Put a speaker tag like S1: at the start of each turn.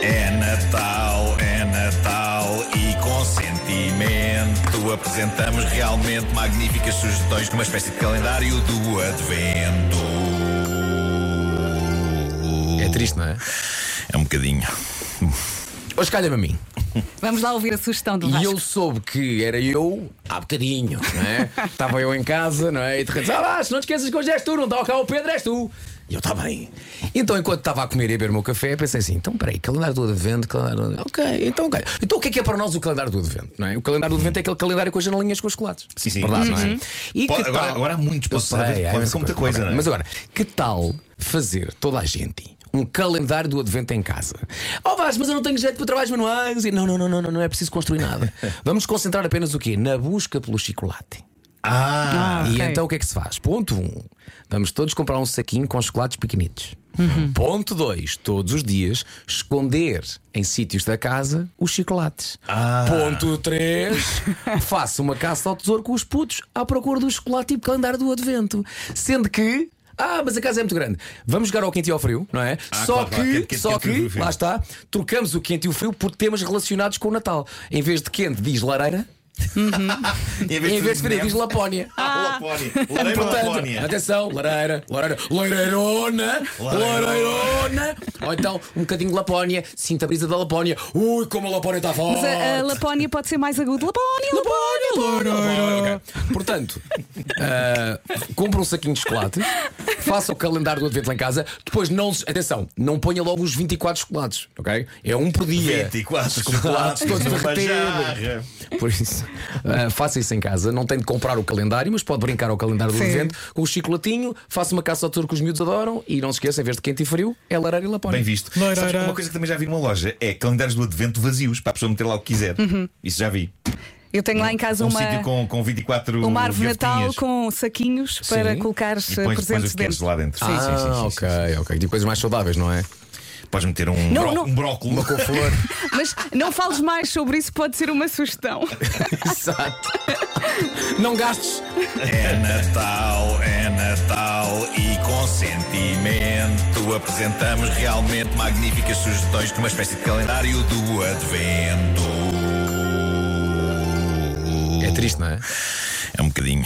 S1: É Natal, é Natal e com sentimento apresentamos realmente magníficas sugestões numa espécie de calendário do Advento.
S2: É triste, não é?
S1: É um bocadinho.
S2: Hoje calha-me a mim.
S3: Vamos lá ouvir a sugestão do
S2: E
S3: Vasco.
S2: eu soube que era eu há bocadinho, não é? Estava eu em casa, não é? E de repente, ah, Vasco, não te esqueças que hoje és tu, não está cá o Pedro, és tu. E eu, está bem. Então, enquanto estava a comer e a beber o meu café, pensei assim: então peraí, calendário do advento, calendário do... Ok, então, ok. Então o que é que é para nós o calendário do advento? Não é? O calendário do advento é aquele calendário com as janelinhas com os chocolates.
S1: Sim, sim.
S2: Verdade, não é? E
S1: Pode-
S2: que
S1: agora-
S2: tal-
S1: agora há muitos,
S2: Eu
S1: pode- pode haver-
S2: sei,
S1: pode
S2: há
S1: haver
S2: imensa
S1: muita coisa, não é?
S2: Mas agora, que tal fazer toda a gente um calendário do advento em casa? Oh, Vasco, mas eu não tenho jeito para trabalhos manuais. E não, não, não, não, não, não é preciso construir nada. Vamos concentrar apenas o quê? Na busca pelo chocolate.
S1: Ah!
S3: Ah,
S2: E
S3: ok.
S2: então o que é que se faz? Ponto 1. Um, vamos todos comprar um saquinho com chocolates pequenitos. Ponto 2. Todos os dias esconder em sítios da casa os chocolates.
S1: Ah.
S2: Ponto 3. faça uma caça ao tesouro com os putos à procura do chocolate tipo calendário do advento. Sendo que. Ah, mas a casa é muito grande. Vamos jogar ao quente e ao frio, não é? só
S1: Ah, claro, claro.
S2: que,
S1: Quente, quente,
S2: só
S1: quente,
S2: que,
S1: frio, frio.
S2: lá está, trocamos o quente e o frio por temas relacionados com o Natal. Em vez de quente, diz lareira,
S1: Em
S2: em vez de frio, diz Lapónia.
S1: tipo, Ah, Lapónia. Lareira ou
S2: Portanto,
S1: Lapónia?
S2: atenção, lareira, lareira, lareirona,
S1: Lareirona.
S2: lareirona. Ou então um bocadinho de Lapónia, sinta a brisa da Lapónia. Ui, como a Lapónia está forte!
S3: Mas a, a Lapónia pode ser mais aguda. Lapónia, Lapónia, Lapónia.
S2: Lareirona. Portanto, ah, compra um saquinho de chocolate, faça o calendário do advento lá em casa, depois não. Atenção, não ponha logo os 24 chocolates, ok? É um por dia.
S1: 24 chocolates,
S2: todos
S1: numa
S2: derretidos.
S1: jarra.
S2: Por isso, ah, faça isso em casa. Não tem de comprar o calendário, mas pode brincar ao calendário do
S3: Sim.
S2: evento com o chocolatinho. Faça uma caça ao touro que os miúdos adoram. E não se esqueça, em vez de quente e frio, é lareira e lapónia.
S1: Bem visto.
S4: Loira,
S1: Sabes,
S4: loira.
S1: uma coisa que também já vi numa loja é calendários do advento vazios para a pessoa meter lá o que quiser. Isso já vi.
S3: Eu tenho lá em casa
S1: um
S3: uma,
S1: sítio com, com 24
S3: uma árvore Natal
S1: gavetinhas.
S3: com saquinhos para colocar
S1: E pões, pões
S3: presentes
S1: o que queres
S3: dentro.
S1: lá dentro.
S2: Ah, ok, ok. Tipo coisas mais saudáveis, não é?
S1: Podes meter um,
S3: Não,
S1: bró-
S3: não.
S1: um brócolis.
S2: Uma couve-flor.
S3: Mas não fales mais sobre isso, pode ser uma sugestão.
S2: Exato. Não gastes.
S1: É Natal, é Natal e com sentimento apresentamos realmente magníficas sugestões numa espécie de calendário do Advento.
S2: É triste, não é?
S1: É um bocadinho.